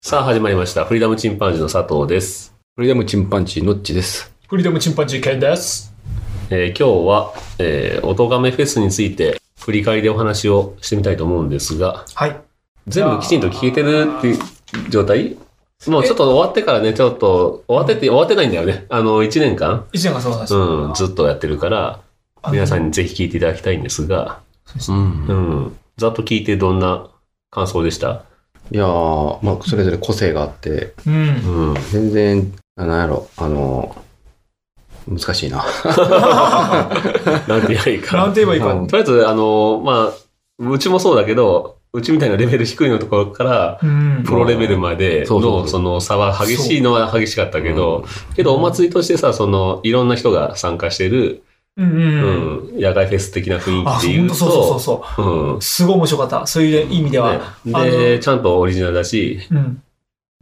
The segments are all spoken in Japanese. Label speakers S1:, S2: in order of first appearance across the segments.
S1: さあ始まりました。フリーダムチンパンジーの佐藤です。
S2: フリーダムチンパンチーのっちです。
S3: フリーダムチンパンジー犬です。
S1: えー今日は、えー、おとがめフェスについて振り返りでお話をしてみたいと思うんですが、
S3: はい。
S1: 全部きちんと聞けてるっていう状態もうちょっと終わってからね、ちょっと、終わってて、終わってないんだよね。あの、1年間、
S3: 以前がそうなんです
S1: うん、ずっとやってるから、皆さ
S3: ん。
S1: んにぜひ聞いていただきたいんですが、
S2: うん
S1: う。ん、ざっと聞いてどんな感想でした
S2: いやー、まあ、それぞれ個性があって、
S3: うん。
S1: うん。
S2: 全然、あなんやろ、あの、難しいな。
S1: なんて言えばいいか。
S3: なんて言えばいい
S2: うん
S3: か。
S1: とりあえず、あの、まあ、うちもそうだけど、うちみたいなレベル低いのところから、
S3: うん
S1: プ。ロレベルまで
S2: そうそうそ
S1: の
S2: う
S1: その差は激しいのは激しかったけど、けどお祭りとしてさ、そのいろんな人が参加してる、
S3: うんう。
S1: うんん、野外フェス的な雰囲気
S3: あ、
S1: ってい
S3: 本
S1: う
S3: 当そうそうそう
S1: と、
S3: そうう。すごい面白かった。そういう意味では。
S1: ん。
S3: あ
S1: ね
S3: の
S1: で、ちゃんとオリジナルだし、
S3: うん。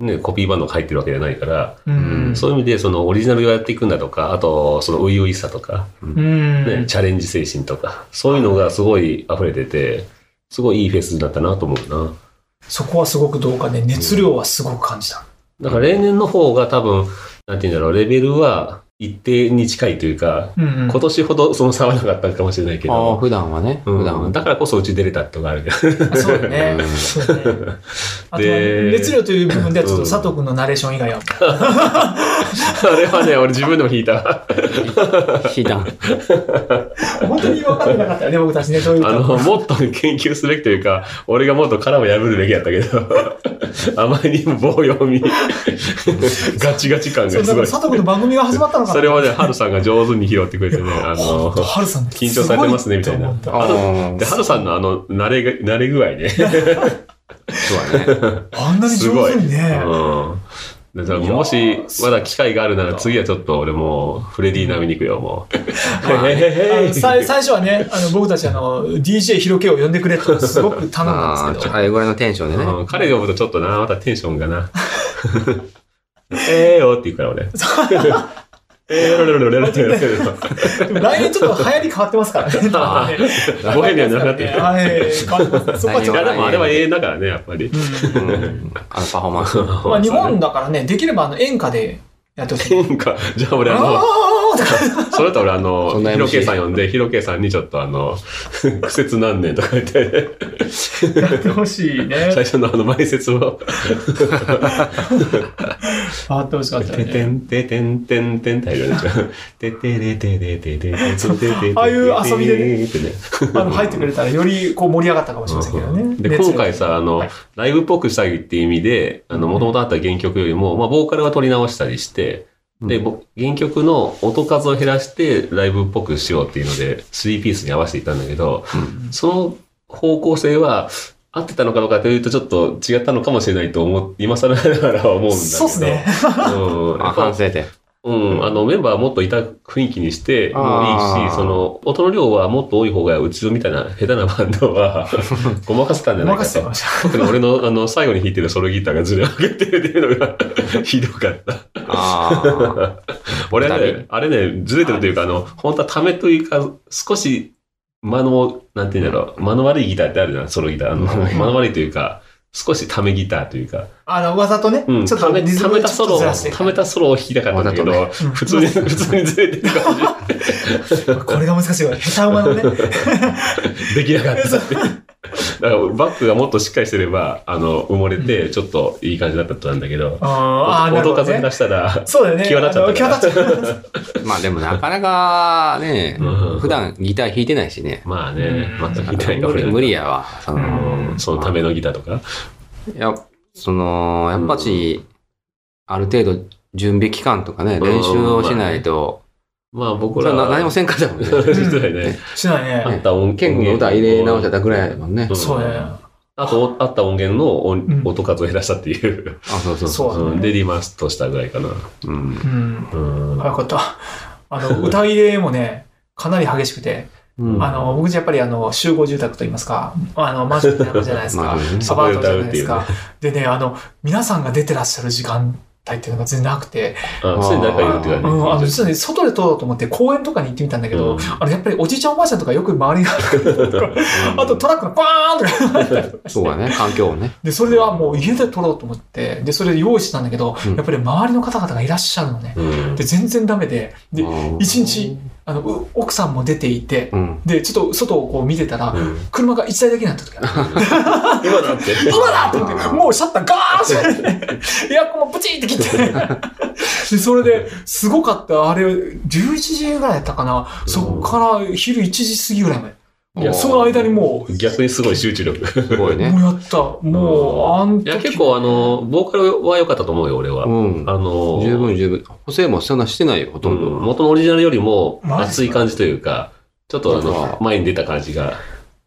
S1: ね、コピーバンドが入ってるわけじゃないから、
S3: う。
S2: うん
S1: そういう意味でそのオリジナルをやっていくんだとか、あとその初々しさとか、
S3: うん。
S1: ね、チャレンジ精神とか、そういうのがすごい溢れてて、すごいいいフェスだったなと思うな。
S3: そこはすごくどうかね、熱量はすごく感じた。
S1: だから例年の方が多分、なんて言うんだろう、レベルは一定に近いというか、
S3: うんうん
S1: 今。年ほどその差はなかったかもしれないけ
S2: ああ、
S1: ど、
S2: 普段はね、
S1: うん
S2: 普段は。
S1: だからこそうち出れたとかあるけど、
S3: そうだね
S2: うん。
S3: そうだね。あとは
S1: で
S3: 熱量という部分ではちょっ
S1: う
S3: と
S1: ん
S3: 佐藤君のナレーション以外は。
S1: あれはね、俺自分でも引いたわ。
S2: 普段。
S3: 本当に分かってなかったよね、僕たちね。どういう
S1: あの、
S3: か。
S1: もっと研究すべきというか、俺がもっと殻を破るべきだったけ ど、あまりにも棒読み、 ガチガチ感
S3: そ
S1: がす
S3: うだか
S1: ご
S3: ら
S1: い。
S3: 佐藤君の番組が始まったのかな。
S1: それはね、ハルさんが上手に拾ってくれてね、あ の、
S3: ハルさん
S1: 緊張されてますねみたいな
S3: すごと思っ
S2: あー
S1: で、ハルさんのあの、慣れが、慣れ具合ね。
S2: そうだね。
S3: たあんな に
S1: すご
S3: 上
S1: い。
S3: 手にね。
S1: うん。だからもし、まだ機会があるなら次はちょっと俺もう、フレディ並みに行くよ、も う。へへ
S3: あ
S1: へ
S3: のさい最初はね、あの僕たちあの DJ ひろけを呼んでくれとすごく頼んだ
S2: ま
S3: ん
S2: あ、
S3: で
S2: ちょ
S3: すけど、
S2: あれぐらいのテンションでね。
S1: うん彼呼ぶとちょっとな、またテンションがな。ええよって言うから俺。えー、ロロロロロロロ
S3: でも来年ちょっと流行り変わってますからね。
S1: あーボヘミアンなくなってる
S3: はい、変わってます。そこはち
S1: い
S3: ょっ
S1: やでもあれは永遠だからね、やっぱり。
S3: と。
S2: うんあのパフォーマンス。
S3: まあ日本だからね、できればあの演歌でやってほしい。
S1: なんか、じゃあ俺
S3: あ
S1: あの、
S3: あ
S1: それと俺あ
S2: そ
S1: の
S2: ん、な
S1: ヒ
S2: MC
S1: ロケイさん呼んで、ヒロケイさんにちょっとあの、苦節何年とか言って、
S3: やってほしいね。
S1: 最初のあの、前説を。
S3: 変わってほしかった
S1: てて
S3: ね。
S1: んててんてんてんって入るんですよ。ててれてれてれてつてて
S3: ああいう遊びでね
S1: ててね。
S3: あの入ってくれたらよりこう盛り上がったかもしれませんけどね。
S1: で、今回さ、あの、ライブっぽくしたいっていう意味で、あの、もともとあった原曲よりも、まあ、ボーカルは取り直したりして、で、ぼ原曲の音数を減らして、ライブっぽくしようっていうので、3ピースに合わせていったんだけど、その方向性は、合ってたのかどうかというと、ちょっと違ったのかもしれないと思う、今更ながらは思うんだけど。
S3: そうっすね。
S1: うん。
S2: あ、反省点。
S1: うん、あの、メンバーはもっといた雰囲気にしてもいい
S2: あ
S1: し、
S2: ー
S1: その、音の量はもっと多い方が、うちのみたいな 下手なバンド は、ごまかせたんじゃない
S3: 任
S1: か
S3: せて
S1: と
S3: ま。した。
S1: 特に俺の、あの、最後に弾いてるソロギターがずれ上げてるっていうのが、 ひどかった。
S2: あ
S1: 俺は
S2: 二
S1: ね、あれね、ずれてるというか、あの、本当はためというか、少し、間の、なんて言うんだろう、間の悪いギターってあるじゃん、ソロギター。あの、間の悪いというか、少しためギターというか、
S3: あの、わざとね、
S1: うん、
S3: ちょっと
S1: ため、
S3: リズ
S1: た
S3: ム
S1: め
S3: を
S1: た
S3: ちょ
S1: ソ
S3: っと
S1: ロを、
S3: ずらして。
S1: ためたソロを弾きたかったんだけど、
S2: わ
S3: ねうん
S1: 普通に、普通にずれてる感じ。
S3: これが難しいわ。下手馬のね。
S1: できなかったっていう。だからバックがもっとしっかりしてれば、あの、埋もれて、ちょっといい感じだったんだけど、
S3: あーあー、なる
S1: 音
S3: ほど、
S1: 数減
S3: ね
S1: ら。したら、
S3: そうだよね。
S1: 際立っちゃったから
S3: あの際立っちゃっ
S2: あ。まあでもなかなかね
S1: うん、
S2: 普段ギター弾いてないしね。
S1: まあね、
S3: うん
S1: また
S2: 無
S1: みたいかも
S2: 理
S1: ね
S2: 無理やわ。その
S1: うんそのためのギターとか。
S2: いや、その、やっぱし、ある程度準備期間とかね、
S1: うん
S2: 練習をしないと、
S1: まあ僕
S2: それ
S1: ら
S2: はな
S1: は。
S2: 何もせんかったもんね。
S1: してないね。
S3: た。しない
S1: あ
S3: ね。
S1: んた音
S2: ケン君の歌入れ直しちゃったぐらいやもんね
S1: う。ん
S3: そうだよ。
S1: あと、あった音源の音,、
S3: ん
S1: 音数を減らしたっていう、
S2: あ、そうそう
S3: そう
S1: うん、で、リマストしたぐらいかな。うん。
S3: うん。
S1: うん。
S3: あよかった。あ の、歌入れもね、かなり激しくて、
S2: うん
S3: あの、僕やっぱりあの、集合住宅といいますか、あの、マンションみたいなのじゃない ですか。
S2: まあ
S3: ア
S2: ね
S3: パートじゃないですか。でね、あの、皆さんが出てらっしゃる時間帯っていうのが全然なくて、
S1: あ、常に誰かいるって感じ。
S3: うん、あの、実はね、外で撮ろうと思って公園とかに行ってみたんだけど、
S1: うん
S3: あの、やっぱりおじいちゃんおばあちゃんとかよく周りが、あとトラックのバーンとか
S2: そうだね、環境をね。
S3: で、それではもう家で撮ろうと思って、で、それで用意してたんだけど、
S2: うん
S3: やっぱり周りの方々がいらっしゃるのね。
S1: うん
S3: で、全然ダメで、で
S2: あ、ー
S3: 一日、あの、う奥さんも出ていて、
S2: うん。
S3: で、ちょっと外をこう見てたら、
S1: うん
S3: 車が一台だけになった時ある
S1: 今だって。
S3: 今だと思って、もうシャッターガーンって、エアコンもプチーって切って、で、それで、すごかった。あれ、11時ぐらいだったかな。そっから昼1時過ぎぐらいまで。いや、その間にもう、
S1: 逆にすごい集中力。
S2: すごいね。
S3: もうやった。もう、あん
S1: いや、結構あの、ボーカルは良かったと思うよ、俺は。
S2: うん
S1: あ。の、
S2: 十分十分。補正もそんなしてないよ、ほとん
S1: うん
S2: ど。
S1: 元のオリジナルよりも
S3: マジっすか
S1: 熱い感じというか、ちょっとあ
S2: あ
S1: の、前に出た感じが。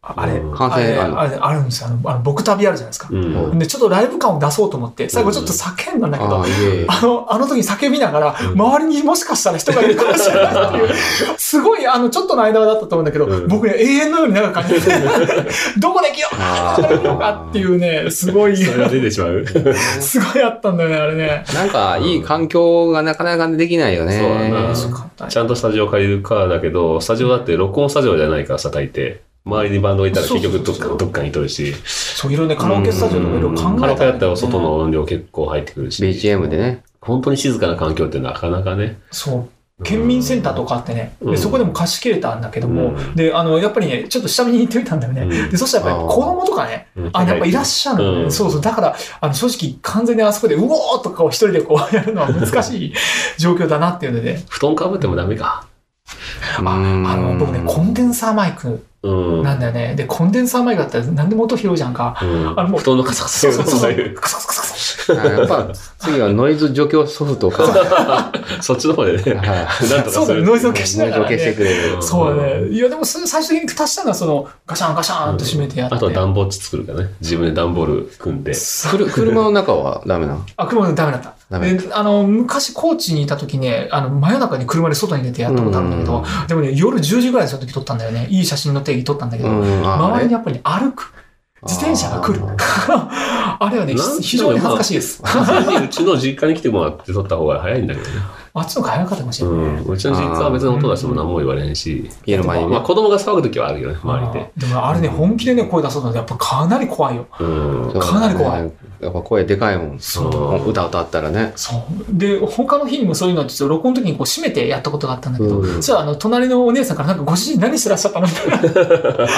S3: あれ、
S1: うん
S2: 完
S3: あれ、
S2: 成ある
S3: あれあるんですよ。あの、あの僕旅あるじゃないですか。
S1: うん。
S3: で、ちょっとライブ感を出そうと思って、最後ちょっと叫んだんだけど、
S2: ああ、いえいえ。
S3: あの、あの時に叫びながら、
S1: うん
S3: 周りにもしかしたら人がいるかもしれ ないっていう、すごい、あの、ちょっとの間だったと思うんだけど、
S1: うん
S3: 僕ね、永遠のように長く感じて、 どこで着よう
S2: あ
S3: どこで着ようかっていうね、すごい、
S1: それが出てしまう。そう
S3: すごいあったんだよね、あれね。
S2: なんか、いい環境がなかなかできないよね。
S1: だな。 ちゃんとスタジオ借りるかだけど、スタジオだって録音スタジオじゃないからさ、大抵。周りにバンドがいたら結局どっか
S3: そうそうそう
S1: どっかにいとるし、
S3: そう、いろいろね、カラオケスタジオとかいろいろ考えたん
S1: カラオ
S3: だよね
S1: ケだったら外の。音量結構入ってくるし、
S2: BGM でね。
S1: 本当に静かな環境ってなかなかね。
S3: そう。県民センターとかあってね、
S1: うん
S3: でそこでも貸し切れたんだけども、
S1: うん
S3: で、あの、やっぱりね、ちょっと下見に行ってみたんだよね。
S1: うん
S3: で、そしたらやっぱり子供とかね、あ、やっぱいらっしゃるのね、
S1: うん
S3: そうそう。だから、あの、正直、完全にあそこで、うおーとかを一人でこう やるのは難しい状況だなっていうので。
S1: 布団かぶってもダメか。
S2: あ
S3: あ、あの、僕ね、コンデンサーマイク
S1: うん。
S3: なんだよね。で、コンデンサーマイクだったら何でも音拾うじゃんか。
S1: うん
S3: あの、もう、
S1: 布団のカサカサ
S3: そうそうそう。
S1: そういう
S3: クソクソクソ
S2: やっぱ、次はノイズ除去ソフトか。は
S1: そっちの方でね。なん
S2: い
S1: とかする
S3: そうだね、ノイズを消しなが
S2: 除
S3: ら、
S2: 去して
S3: ね。
S2: くれる。
S3: そうだね。いや、でもそれ最終的に足したのは、その、ガシャンガシャンと閉めてやって。
S1: あとは段ボール作るかね。自分で段ボール組んで。
S3: そ
S2: く
S3: う
S2: る車の中はダメなの
S3: あ、車のダメだった。
S2: ダメ
S3: であの、昔、高知にいた時ね、あの、真夜中に車で外に出てやったことあるんだけ
S2: う
S3: ど、でもね、夜10時ぐらいの時撮ったんだよね。いい写真の定義撮ったんだけど、
S2: うんあ
S3: 周りに
S2: ね
S3: やっぱり歩く。自転車が来る。 あれはね、
S1: なん
S3: 非常に恥ずかし いです。
S1: うちの実家に来てもらって撮った方が早いんだけどね。
S3: あっちの方が早かったかもし
S1: う
S3: れない。
S1: ん。うちの実家は別に音出しても何も言われへんし。
S2: 家の前に
S1: まあ
S2: ね。
S1: 子供が騒ぐときはあるよね、周りで。
S3: でもあれね、本気でね、声出そうと思ってやっぱかなり怖いよ。
S1: うん。
S2: そうだね
S3: かなり怖い。
S2: やっぱ声でかいもん。
S1: そう
S2: 歌歌ったらね。
S3: そう。で、他の日にもそういうのはちょっと録音の時にこう閉めてやったことがあったんだけど、
S2: うん
S3: そしたらあの、隣のお姉さんからなんかご主人何してらっしゃったの みたいな。橋本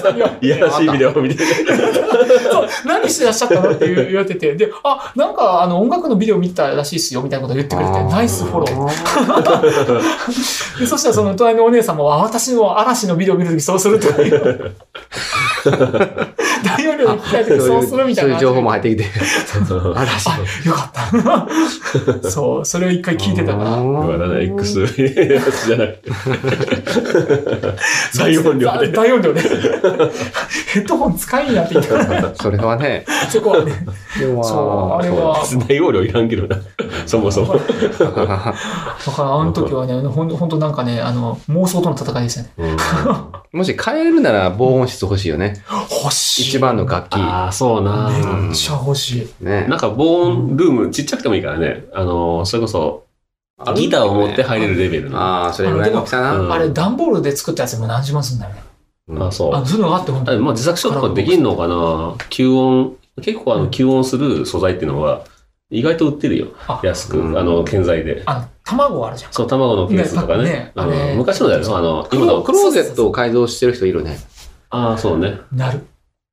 S3: さんに言われて
S1: いやらしいビデオ見て
S3: そう、何してらっしゃったのって言う言われてて、で、あ、なんかあの音楽のビデオ見てたらしいっすよみたいなことを言ってくれて、ナイスフォロー。でそしたらその隣のお姉さんも、あ、私も嵐のビデオ見るときそうするとか言う。 大容量に聞きたいときそうするみたい
S2: そうい
S3: な。
S2: う情報も入ってきて。嵐。
S3: あ、よかった。そう、それを一回聞いてたから。
S1: だ からね X やつじゃな くて。
S3: そう
S1: 大音量で。
S3: 大音量で。ヘッドホン使いなって言ってから、
S2: それはね。
S3: そこはね。
S2: でも
S3: そう、あれは。
S1: 大容量いらんけどな。そもそも。
S3: だからあの時はね、ほんほんとなんかね、あの、妄想との戦いでしたね。
S1: うん
S2: もし変えるなら防音室欲しいよね。
S3: 欲しい。
S2: 一番の楽器。
S1: ああ、そうな。
S3: めっちゃ欲しい。
S2: ね
S1: なん。か防音ルームちっちゃくてもいいからね。あの、それこそ、ギターを持って入れるレベルの。
S2: ああ、それぐらいの大きさ
S1: う
S2: な。
S1: ん
S3: あれ、段ボールで作ったやつも何十万すんだよね。
S1: あそう。
S3: あの、そういうのがあって、本
S1: あ
S3: 当
S1: でも
S3: に。
S1: まあ自作書とかできんのかな吸音、結構あ
S3: う
S1: の
S3: ん
S1: 吸音する素材っていうのは、意外と売ってるよ
S3: あ。
S1: 安く、
S2: うん
S1: あの、建材で。
S3: あの、卵あるじゃん。
S1: そう、卵のケースとかね。
S3: ねパックねあ
S1: う
S3: れ
S1: ん、昔のだよね、あの、
S2: ク
S1: 今
S2: ロ
S1: の。
S2: クローゼットを改造してる人いるね。
S1: ああ、そうね。
S3: なる。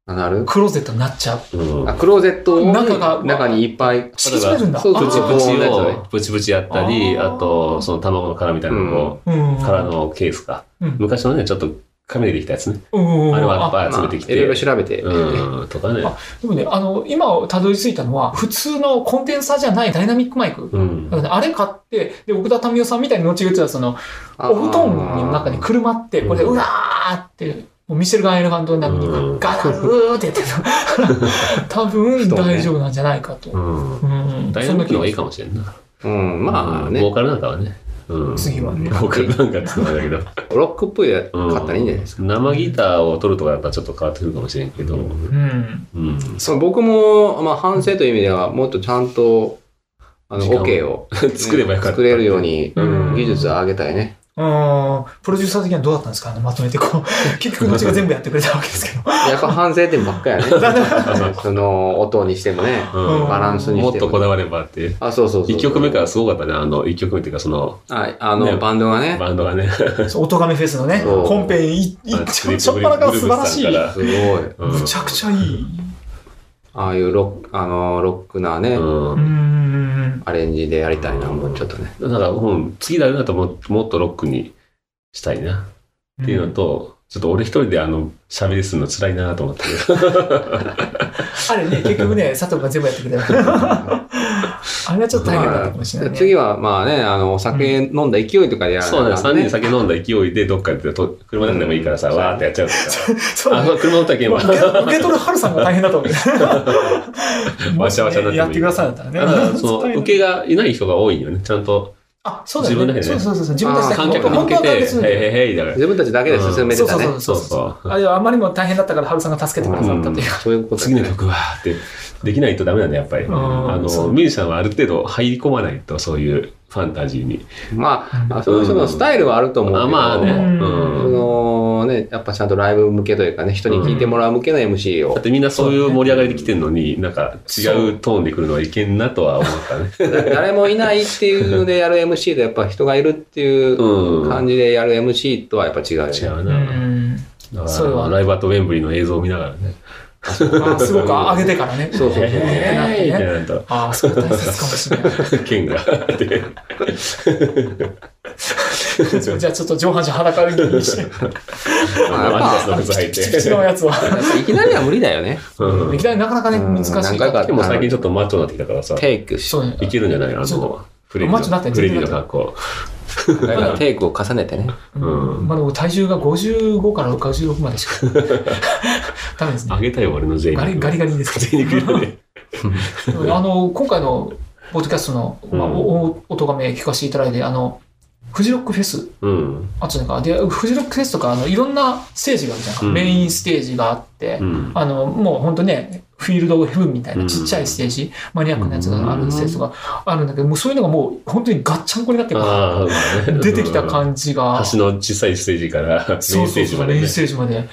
S2: なる
S3: クローゼットになっちゃう。
S1: うん。
S2: あクローゼットを
S3: 中が
S2: 中にいっぱい。
S3: 敷き詰めるんだ。
S2: そう
S1: プ
S2: そう
S1: チ
S2: そう
S3: あ
S1: プチ
S2: あ
S1: を
S2: ー、
S1: プチプチやったり、
S3: あ
S1: あ
S3: ー
S1: と、その卵の殻みたいなのを、
S3: ーうん。
S1: 殻のケースか。
S3: うん
S1: 昔のね、ちょっと紙でできたやつね。
S3: うん。
S1: あれは
S3: あ
S1: いっぱい集めてき
S2: まあいろいろ
S1: て。
S2: 調べて。
S1: うん、とかね。
S3: あでもね、あの、今、たどり着いたのは、普通のコンデンサーじゃないダイナミックマイク。
S1: うん。
S3: だからねあれ買って、で、奥田民生さんみたいに後々はその、
S2: あー
S3: お布団の中に車って、これ、
S1: うん
S3: うわーってもう見せる側エレファントになるの
S1: う
S3: に
S1: ん
S3: ガダルーってやって た。多分大丈夫なんじゃないかと。
S1: うん。
S3: うん。
S1: ダイナ
S3: そん
S1: ミッ
S3: な
S1: クの
S3: 気
S1: 方
S3: が
S1: がいいかもしれんな。
S2: うん、まあ
S1: ボー
S2: ね、
S1: カルなんかはね。うん。
S3: 次はね。
S1: ボーカルなんかって言わないけど。
S2: ロックっぽいや
S1: うん
S2: 買ったらいいんじゃないですか。
S1: 生ギターを取るとかだったらちょっと変わってくるかもしれんけど。うん。
S3: うん。
S2: そう僕も、まあ、反省という意味では、もっとちゃんと、あの、
S1: 時間を
S2: オケを、
S1: 作ればよかった。
S2: 作れるように、
S3: うん
S2: 技術を上げたいね。
S3: うんプロデューサー的にはどうだったんですかあのまとめ てこう、結局どっちが全部やってくれたわけですけど。
S2: やっぱ反省点ばっか やね。その、音にしてもね、
S1: うん。
S2: バランスにしても。
S1: もっとこだわればって。
S2: あ、そうそうそう。
S1: 一曲目からすごかったね。あの、一曲目っていうかその、
S2: あ、あの、
S1: ね
S2: バンドがね、
S1: バンドがね。
S3: そう、音亀フェスのね、
S2: そう
S3: 本編い、い、ちょ、ちょっぱらから素晴らしい。
S2: すごい。
S1: うん
S3: むちゃくちゃいい。
S2: ああいうロック、あの、ロックなね、
S1: う。
S3: うんん。
S2: アレンジでやりたいな、もうちょっと ね。
S1: だから、うん、次だるなとももっとロックにしたいなっていうのと、ちょっと俺一人であの、喋りするの辛いなと思って。
S3: あれね、結局ね、佐藤が全部やってくれた。 あれはちょっと大変だったかもしれない、ね。
S2: 次は、まあね、あの、お酒飲んだ勢いとかでやら
S1: そうだ
S2: な
S1: よ。
S2: あか
S1: 3
S2: んね
S1: 人酒飲んだ勢いでどっかでと車なんでもいいからさ、
S2: うん
S1: わーってやっちゃうと
S3: そう
S1: か。あ、
S3: だね
S1: そう、車乗ったけん
S3: ま
S1: わ。
S3: あ受け受け取る春さんが大変だと 思うけど。
S1: わしゃわしゃになってもいい
S3: もしねやってくださいだったらね。
S1: ただ、 その、受けがいない人が多いんよね。ちゃんと、
S3: あ、そうだよ
S1: 自分だ
S3: ね。
S1: けで
S3: そう
S1: ね
S3: そうそうそう。自分たちだけ
S1: 観客に向けて、
S3: 本当は完
S1: へ
S3: 結する
S1: い
S3: んだよ
S1: へいへいだから。
S2: 自分たちだけで進めて
S3: そう
S2: た
S3: そう
S2: ね。
S3: そうそう
S1: そうそう
S3: あれはあまりにも大変だったから、春さんが助けてくださったという。
S2: そういうことだ
S1: 次
S2: ね
S1: の曲はって、できないとダメなんだ、やっぱり。あ
S3: んそ
S1: の、
S3: う
S1: ミュージシャンはある程度入り込まないと、そういうファンタジーに。
S2: まあ、
S3: うん
S2: あその人のスタイルはあると思うけど、
S1: あまあね。う
S2: そ
S1: ん。
S2: のね、やっぱちゃんとライブ向けというかね、人に聞いてもらう向けの MC を
S1: だっ。てみんなそういう盛り上がりできてるのに、なんか違うトーンで来るのはいけんなとは思ったね。
S2: 誰もいないっていうのでやる MC とやっぱ人がいるっていう
S1: うん。
S2: 感じでやる MC とはやっぱ違うよ
S1: 違う
S2: ね。
S3: う
S1: な。
S3: ん。
S1: だか
S3: そ
S1: ら
S3: れは
S1: ライブアットウェンブリーの映像を見ながらね。
S3: あすごく上げてからね。
S2: そうそうそう
S3: えーなって
S1: みたい
S3: ね。
S1: なのと、
S3: ああ、それ大切かもしれない。
S1: 剣が。で
S3: じゃあちょっと上半身裸でにして、
S1: あの
S2: まあ
S1: アディダスの靴履い
S3: ピチピチ
S1: て。
S3: のやつ は。
S2: いきなりは無理だよね。
S1: うん
S3: いきなりなかなかね、
S2: うん
S3: 難しいから。
S2: 何回かあっ
S1: でも最近ちょっとマッチョになってきたからさ、
S2: テイクし、
S3: そうね。
S1: いけるんじゃないあ
S3: そ
S1: の、フレディ
S3: マッチョになった
S1: の
S3: ら
S1: フレディの
S3: 全然
S1: 格好。
S2: だからテイクを重ねてね。
S1: うん
S3: まあでも体重が55から56までし か。ダメです
S1: あ
S3: ね。
S1: げたい俺の全員。
S3: ガリガリガリです
S1: 全員来るよね。
S3: けど。あの、今回のポッドキャストの、まあ、
S1: うん
S3: おお音がめ聞かせていただいて、あの、フジロックフェス、
S1: うん。
S3: あとなんか、で、フジロックフェスとか、あの、いろんなステージがあるじゃんか。
S1: うん
S3: メインステージがあって、
S1: うん。
S3: あの、もう本当ね、フィールドオブヘブンみたい
S1: うん
S3: なちっちゃいステージ、マニアックなやつがあるステージとかあるんだけど、もうそういうのがもう本当にガッチャンコになってるから
S1: ああ、
S3: 出てきた感じが、
S1: 橋の小さいステージからメイン
S3: そう
S1: ス
S3: そ
S1: テー
S3: う
S1: ジ
S3: そ
S1: ま
S3: う、
S1: で
S3: メイ
S1: ね
S3: ン。ステージまで。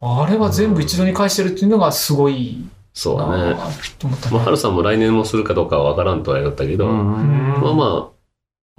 S3: あれは全部一度に返してるっていうのがすごい
S1: そう
S3: な
S1: だね。
S3: あと思った
S1: まあ、
S3: ね。
S1: 春さんも来年もするかどうかは分からんとは言ったけど、
S3: ん
S1: まあまあ、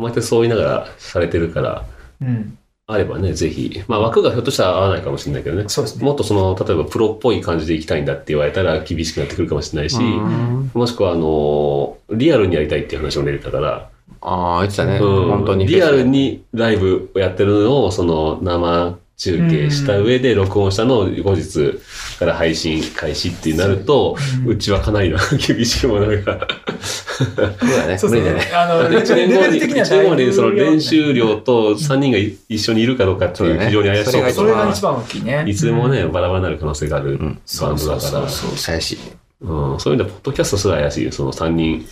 S1: 毎回そう言いながらされてるから、
S3: うん、
S1: あればね、ぜひ。まあ、枠がひょっとしたら合わないかもしれないけどね。
S3: そうですね。
S1: もっとその、例えばプロっぽい感じで行きたいんだって言われたら厳しくなってくるかもしれないし、
S2: うん
S1: もしくは、あのーリアルにやりたいっていう話も出てたから、
S2: ああ、言ってたね。
S1: うん
S2: 本当に。
S1: リアル。にライブをやってるのを、その、生中継した上で録音したのを後日から配信開始ってなると、
S3: うん
S1: うちはかなりの厳しいものが。
S2: そうだね。
S3: そう
S2: 無
S3: で
S2: 理
S3: す
S2: だ
S3: ね
S2: ね。。
S3: あ の、レ
S1: 1
S3: ベ
S1: 年後
S3: ル
S1: に、
S3: 的
S1: 1
S3: には
S1: 年後にその練
S3: だい
S1: 習量と3人がい一緒にいるかどうかっていうのが非常に怪し
S2: そ
S1: い
S2: れが
S3: ぶそれが一番大きいね。
S1: いつでも
S3: うん、
S1: ね、バラバラになる可能性がある
S2: う
S1: バ
S2: ん
S1: ン
S3: そう
S1: ドだから、
S3: そうそう
S2: 怪しい。
S1: うんそういう意味では、ポッドキャストすら怪しいよ、その3人。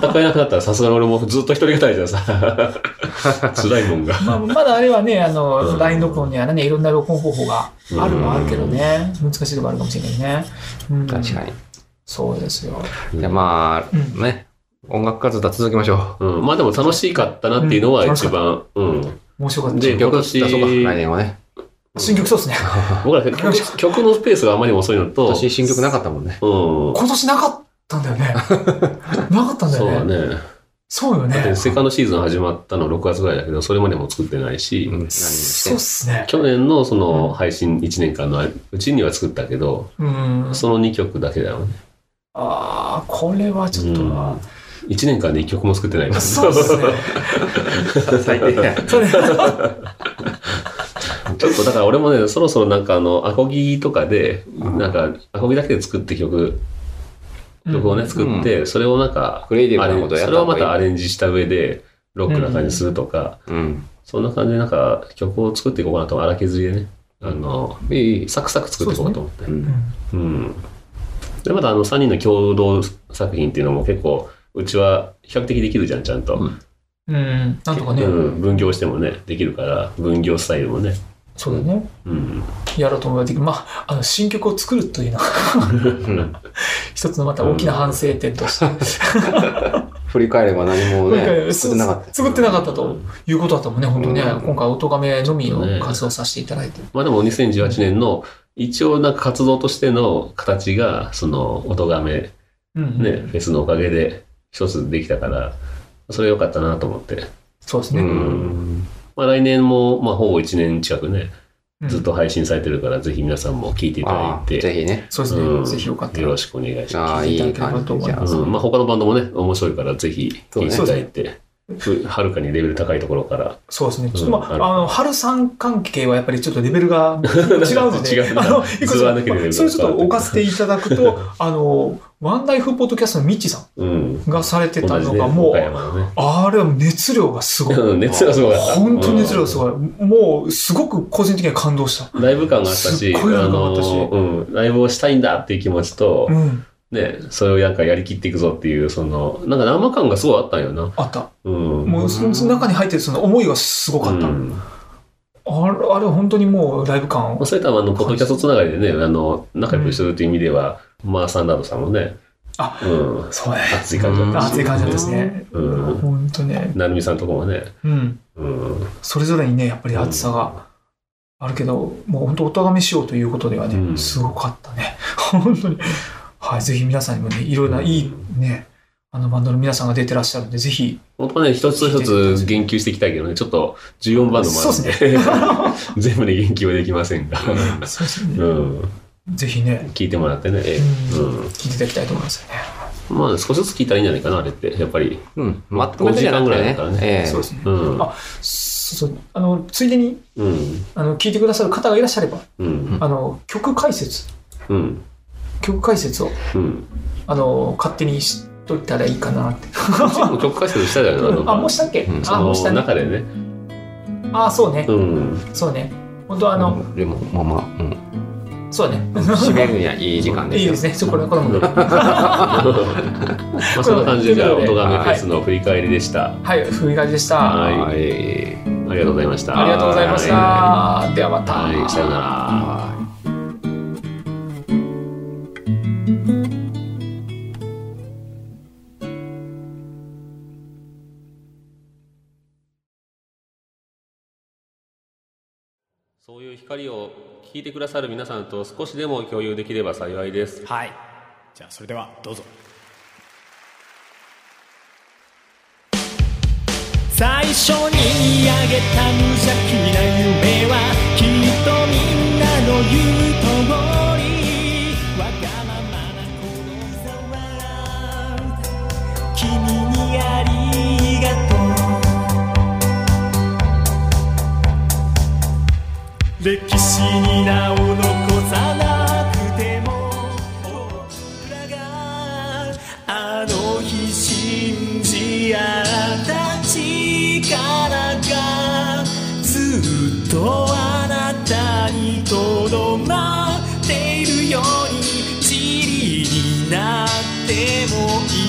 S1: 全くいなくなったら、さすがに俺もずっと一人語りじゃさ、辛いもんが。
S3: まあ、まだあれはね、あ
S1: う
S3: の、
S1: ん
S3: LINE 録音にはね、いろんな録音方法があるのはあるけどね、難しいとこあるかもしれないけどね。うん
S2: 確かに。
S3: そうですよ。
S2: じゃあま
S3: う
S2: あ、
S3: ん
S2: ね。音楽活動は続けましょ
S1: うん、まあでも楽しかったなっていうのは一番、うん。
S3: 面白かった。
S2: う。
S1: で
S2: 新曲出そうか、
S1: 今年
S2: 来年はね。
S3: 新曲そうですね。
S1: 僕ら曲曲のペースがあまりにも遅いのと、
S2: 今年新曲なかったもんね。
S1: うん。
S3: 今年なかったんだよね。なかったんだ
S1: そう
S3: よ
S1: だ
S3: ね。
S1: ね。
S3: そうよ
S1: で
S3: ね。
S1: セカンドシーズン始まったの6月ぐらいだけど、それまでも作ってないし、
S2: うん。何にして
S3: そうっすね。
S1: 去年のその
S3: うん
S1: 配信1年間のうちには作ったけど、
S3: うん。
S1: その2曲だけだよね。
S3: ああ、これはちょっとな。
S1: 1年間で1曲も作ってないから。
S3: そうっすね。
S2: 最低や。
S3: それ
S1: ちょっとだから俺もね、そろそろなんかあの、アコギとかで、なんか、アコギだけで作って曲、曲をね、作って、それをなんか、
S2: クリエイティ
S1: あ
S2: ブな
S1: れ
S2: ことをや
S1: そ
S2: っ
S1: れ
S2: た
S1: を
S2: 方
S1: またア
S2: がいい。
S1: レンジした上で、ロックな感じにするとか、
S2: うん。
S1: そんな感じでなんか、曲を作っていこうかなと、荒削りでね。ああの、いいサクサク作っていこうと思って。
S2: う
S3: うんん
S1: うん。で、またあの3人の共同作品っていうのも結構、うちは比較的できるじゃん、ちゃんと。
S2: うん
S3: うん、なんとかね、
S1: うん、分業してもね、できるから、分業スタイルもね。
S3: そうだね、
S1: うん。
S3: やろうと思えばできる。まあ、あの、新曲を作るというのは 一つのまた大きな反省点として、
S2: 振り返れば何も
S3: 今回
S2: ね、作ってなかった。
S3: 作ってなかったということだったもんね、本当ね。
S2: うん
S3: 今回、音亀のみ
S1: ね
S3: を活動させていただいて。
S1: まあでも2018年の、一応なんか活動としての形が、その、音がめ、
S3: うん、
S1: ね、フェスのおかげで一つできたから、それ良かったなと思って。
S3: そうです
S2: う
S3: ね。
S2: ん。
S1: まあ来年も、まあほぼ1年近くね、
S3: うん
S1: ずっと配信されてるから、ぜひ皆さんも聞いていただ
S2: あ
S1: い
S2: あ、
S1: て。
S2: ぜひね。
S3: そうですね、
S1: うん
S3: ぜひよかった
S1: よ
S3: ら
S1: ろ。しくお願いします。
S2: ああ、いい感じじゃあ。
S1: うんまあ、他のバンドもね、面白いから、ぜひ聴いていただいて、ふはるかにレベル高いところから。
S3: そうですね。ちょっと
S1: うん
S3: まあ、あの、春さん関係はやっぱりちょっとレベルが違うの で、
S1: 違うな
S3: あの、いくつ
S1: 図は
S3: か、
S1: 抜けてる
S3: まあそれちょっと置かせていただ くと、あの、ワンライフポッドキャストのミッチーさ
S1: うん。
S3: んがされてた
S1: 同じ
S3: の
S1: ね、
S3: が、も
S1: 岡
S3: う、
S1: 山のね。
S3: あれは熱量がすごい。
S1: うん熱がすごかった。
S3: 本当に熱量がす
S1: い。
S3: ごい。もう、すごく個人的には感動した。
S1: ライブ感があったし、
S3: すっごいライブ感があったし
S1: うん、ライブをしたいんだっていう気持ちと
S3: う、ん。
S1: ね、それをなんかやりきっていくぞっていう、その、なんか生感がすごいあったんよな。
S3: あった。
S1: うん。
S3: もう、その中に入ってるその思いがすごかった。
S1: うん
S3: あれ、あれ本当にもうライブ感
S1: まあ、そういったあの、ポッドキャストつながりでね、あの、仲良くしてるという意味では、まあ、サンダードさんもね、
S3: あ、
S1: うん、
S3: そうね。
S1: 熱い感じだったし。
S3: 熱い感じだったですね。
S1: うん。
S3: 本当ね。
S1: なるみさんとこもね、
S3: うん。
S1: うん。
S3: それぞれにね、やっぱり厚さがあるけど、もう本当お咎めしようということではね、
S1: うん
S3: すごかったね。 本当に。はい、ぜひ皆さんにもね、いろいろな、
S1: うん
S3: いいね、あのバンドの皆さんが出てらっしゃるんで、ぜひ、
S1: 本当ね、一つ一つ言及していきたいけどね、ちょっと14番のもあるんで、 全部で言及はできませんが、
S3: そうですね
S1: うん、
S3: ぜひね、
S1: 聞いてもらってね、
S3: うん
S1: う
S3: 聞いていただきたいと思いますよね。
S1: ん、まあ少しずつ聞いたらいいんじゃないかな、あれって、やっぱり。
S2: うん。まとめてじゃなくて
S1: 5時間ぐらいだ
S2: ね
S1: からね。
S2: ええ
S3: そうですね。
S1: うん、
S3: あそうそうあのついでに
S1: うん、
S3: あの聞いてくださる方がいらっしゃれば、
S1: うん、
S3: あの曲解説、
S1: うん、
S3: 曲解説を
S1: うん。
S3: あの勝手にしといたらいいかなって。
S1: もう曲解説したじゃないの
S3: あ、もうしたたっけ、
S2: うん
S1: そ
S3: あ、もうした
S1: の
S3: ね。
S1: 中でね、
S3: あ、そうね。
S1: うん、
S3: そうね。本当あの、
S2: でも、まあまあ、うん。
S3: そうね。
S2: 締めるにはいい時間です
S3: いい
S2: よ。
S3: ですね。ちょこれこれ も。
S1: まあそんな感じで、じゃあ、音がめフェスの振り返りでした。
S3: はい、ふみがじでし
S1: は
S3: た。
S1: いあ
S2: はい。
S1: りがとうございました。
S3: ありがとうございました。
S1: は
S3: ではまた。
S1: い、さようなら。
S2: はい。
S1: そういう光を聞いてくださる皆さんと少しでも共有できれば幸いです。
S4: はいじゃあそれではどうぞ最初にあげた無邪気な夢はきっとみんなの言う通りわがままなこの空君にありがとう歴史に名を残さなくても僕らがあの日信じ合った力がずっとあなたにとどまっているように塵になってもいい